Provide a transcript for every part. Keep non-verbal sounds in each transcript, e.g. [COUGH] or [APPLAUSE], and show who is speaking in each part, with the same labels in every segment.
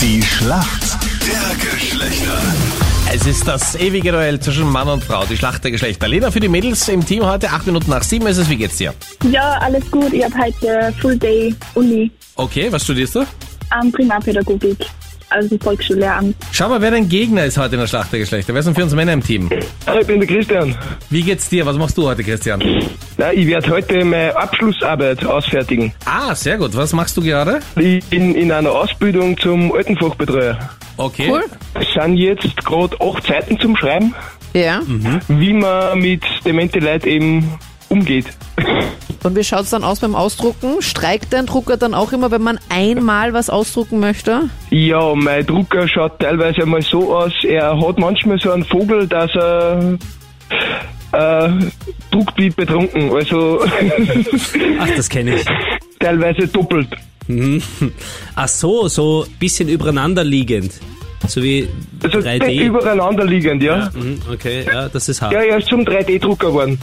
Speaker 1: Die Schlacht der Geschlechter.
Speaker 2: Es ist das ewige Duell zwischen Mann und Frau, die Schlacht der Geschlechter. Lena für die Mädels im Team heute, acht Minuten nach sieben ist es. Wie geht's dir?
Speaker 3: Ja, alles gut. Ich habe heute Full Day Uni
Speaker 2: Okay, was studierst du?
Speaker 3: am Primarpädagogik, also Volksschullehramt.
Speaker 2: Schau mal, wer dein Gegner ist heute in der Schlacht der Geschlechter. Wer sind für uns Männer im Team?
Speaker 4: Hallo, ich bin der Christian.
Speaker 2: Wie geht's dir? Was machst du heute, Christian?
Speaker 4: Na, ich werde heute meine Abschlussarbeit ausfertigen.
Speaker 2: Ah, sehr gut. Was machst du gerade?
Speaker 4: Ich bin in einer Ausbildung zum Altenfachbetreuer.
Speaker 2: Okay.
Speaker 5: Cool.
Speaker 4: Es sind jetzt gerade acht Seiten zum Schreiben,
Speaker 5: Ja.
Speaker 4: wie man mit demente Leuten eben umgeht. [LAUGHS]
Speaker 5: Und wie schaut's dann aus beim Ausdrucken? Streikt dein Drucker dann auch immer, wenn man einmal was ausdrucken möchte?
Speaker 4: Ja, mein Drucker schaut teilweise einmal so aus, er hat manchmal so einen Vogel, dass er äh, druckt wie betrunken, also [LAUGHS]
Speaker 6: Ach, das kenne ich.
Speaker 4: teilweise doppelt.
Speaker 6: Ach so, so ein bisschen übereinander liegend. So wie
Speaker 4: Also
Speaker 6: 3D.
Speaker 4: übereinander liegend, ja.
Speaker 6: Mhm, okay, ja, das ist
Speaker 4: Ja,
Speaker 6: hart.
Speaker 4: er ist zum 3D-Drucker geworden.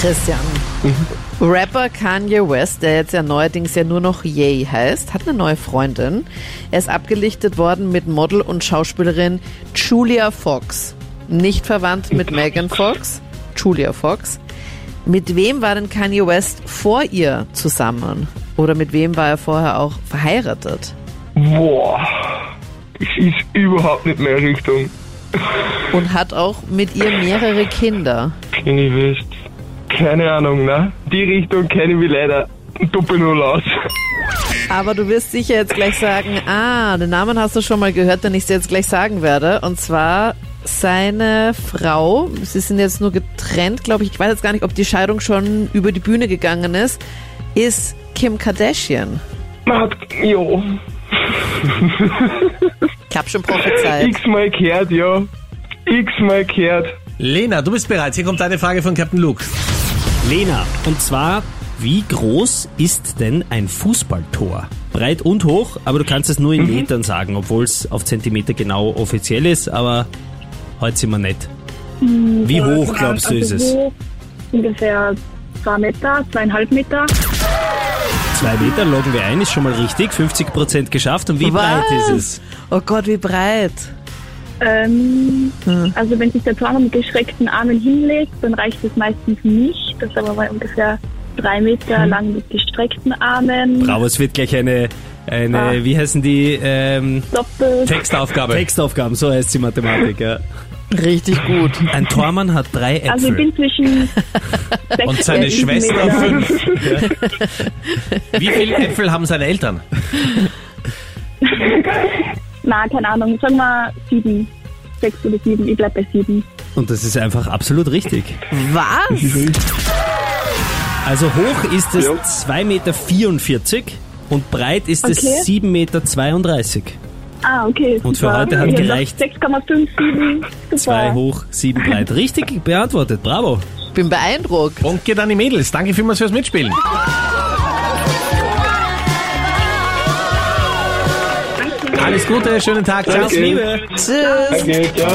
Speaker 5: Christian. Mhm. Rapper Kanye West, der jetzt ja neuerdings ja nur noch Yay heißt, hat eine neue Freundin. Er ist abgelichtet worden mit Model und Schauspielerin Julia Fox. Nicht verwandt mit Megan Fox, Julia Fox. Mit wem war denn Kanye West vor ihr zusammen? Oder mit wem war er vorher auch verheiratet?
Speaker 4: Boah, das ist überhaupt nicht meine Richtung.
Speaker 5: Und hat auch mit ihr mehrere Kinder.
Speaker 4: Kenny West. Keine Ahnung, ne? Die Richtung kenne ich mich leider doppel null aus. [LAUGHS]
Speaker 5: Aber du wirst sicher jetzt gleich sagen, ah, den Namen hast du schon mal gehört, den ich dir jetzt gleich sagen werde. Und zwar seine Frau, sie sind jetzt nur getrennt, glaube ich, ich weiß jetzt gar nicht, ob die Scheidung schon über die Bühne gegangen ist, ist Kim Kardashian.
Speaker 4: Man hat, ja,
Speaker 5: Ich habe schon prophezeit.
Speaker 4: x-mal gehört, ja. X-mal gehört.
Speaker 2: Lena, du bist bereit. Hier kommt deine Frage von Captain Luke.
Speaker 6: Lena, und zwar, wie groß ist denn ein Fußballtor? Breit und hoch, aber du kannst es nur in Metern sagen, obwohl es auf Zentimeter genau offiziell ist, aber heute sind wir nett. Wie hoch glaubst du ist es?
Speaker 3: Also so ungefähr zwei Meter, zweieinhalb Meter.
Speaker 6: Zwei Meter loggen wir ein, ist schon mal richtig, 50% geschafft und wie breit
Speaker 5: Was?
Speaker 6: ist es?
Speaker 5: Oh Gott, wie breit.
Speaker 3: Ähm,
Speaker 2: Hm.
Speaker 3: Also wenn sich der Turner mit geschreckten Armen hinlegt, dann reicht es meistens nicht. Das ist aber mal ungefähr drei
Speaker 2: Hm.
Speaker 3: Meter lang mit gestreckten Armen.
Speaker 6: Bravo, es wird gleich eine, eine wie heißen die, ähm,
Speaker 3: Doppelt.
Speaker 2: Textaufgabe.
Speaker 6: Textaufgaben, so heißt die Mathematik, ja.
Speaker 5: Richtig gut.
Speaker 6: Ein Tormann hat drei Äpfel.
Speaker 3: Also ich bin
Speaker 2: [LAUGHS]
Speaker 3: zwischen sechs
Speaker 2: Und seine
Speaker 3: sieben
Speaker 2: Schwester
Speaker 3: Meter.
Speaker 2: fünf. Wie [LAUGHS] viele Äpfel haben seine Eltern?
Speaker 3: Na, keine Ahnung. Sagen wir sieben. Sechs oder sieben. Ich bleib bei sieben.
Speaker 6: Und das ist einfach absolut richtig.
Speaker 5: [LAUGHS] Was?
Speaker 6: Also hoch ist es
Speaker 4: Ja.
Speaker 6: 2,44 Meter und breit ist
Speaker 3: Okay.
Speaker 6: es 7,32 Meter.
Speaker 3: Ah, okay.
Speaker 6: Und für
Speaker 3: super.
Speaker 6: heute hat
Speaker 3: Ich hab noch
Speaker 6: gereicht.
Speaker 3: 6,57. Super.
Speaker 6: Zwei hoch, sieben breit. Richtig beantwortet, bravo.
Speaker 5: Bin beeindruckt.
Speaker 2: Und geht an die Mädels. Danke vielmals fürs Mitspielen. Alles Gute, schönen Tag. Ciao.
Speaker 4: Danke.
Speaker 6: Liebe.
Speaker 5: Tschüss.
Speaker 4: Danke, ciao.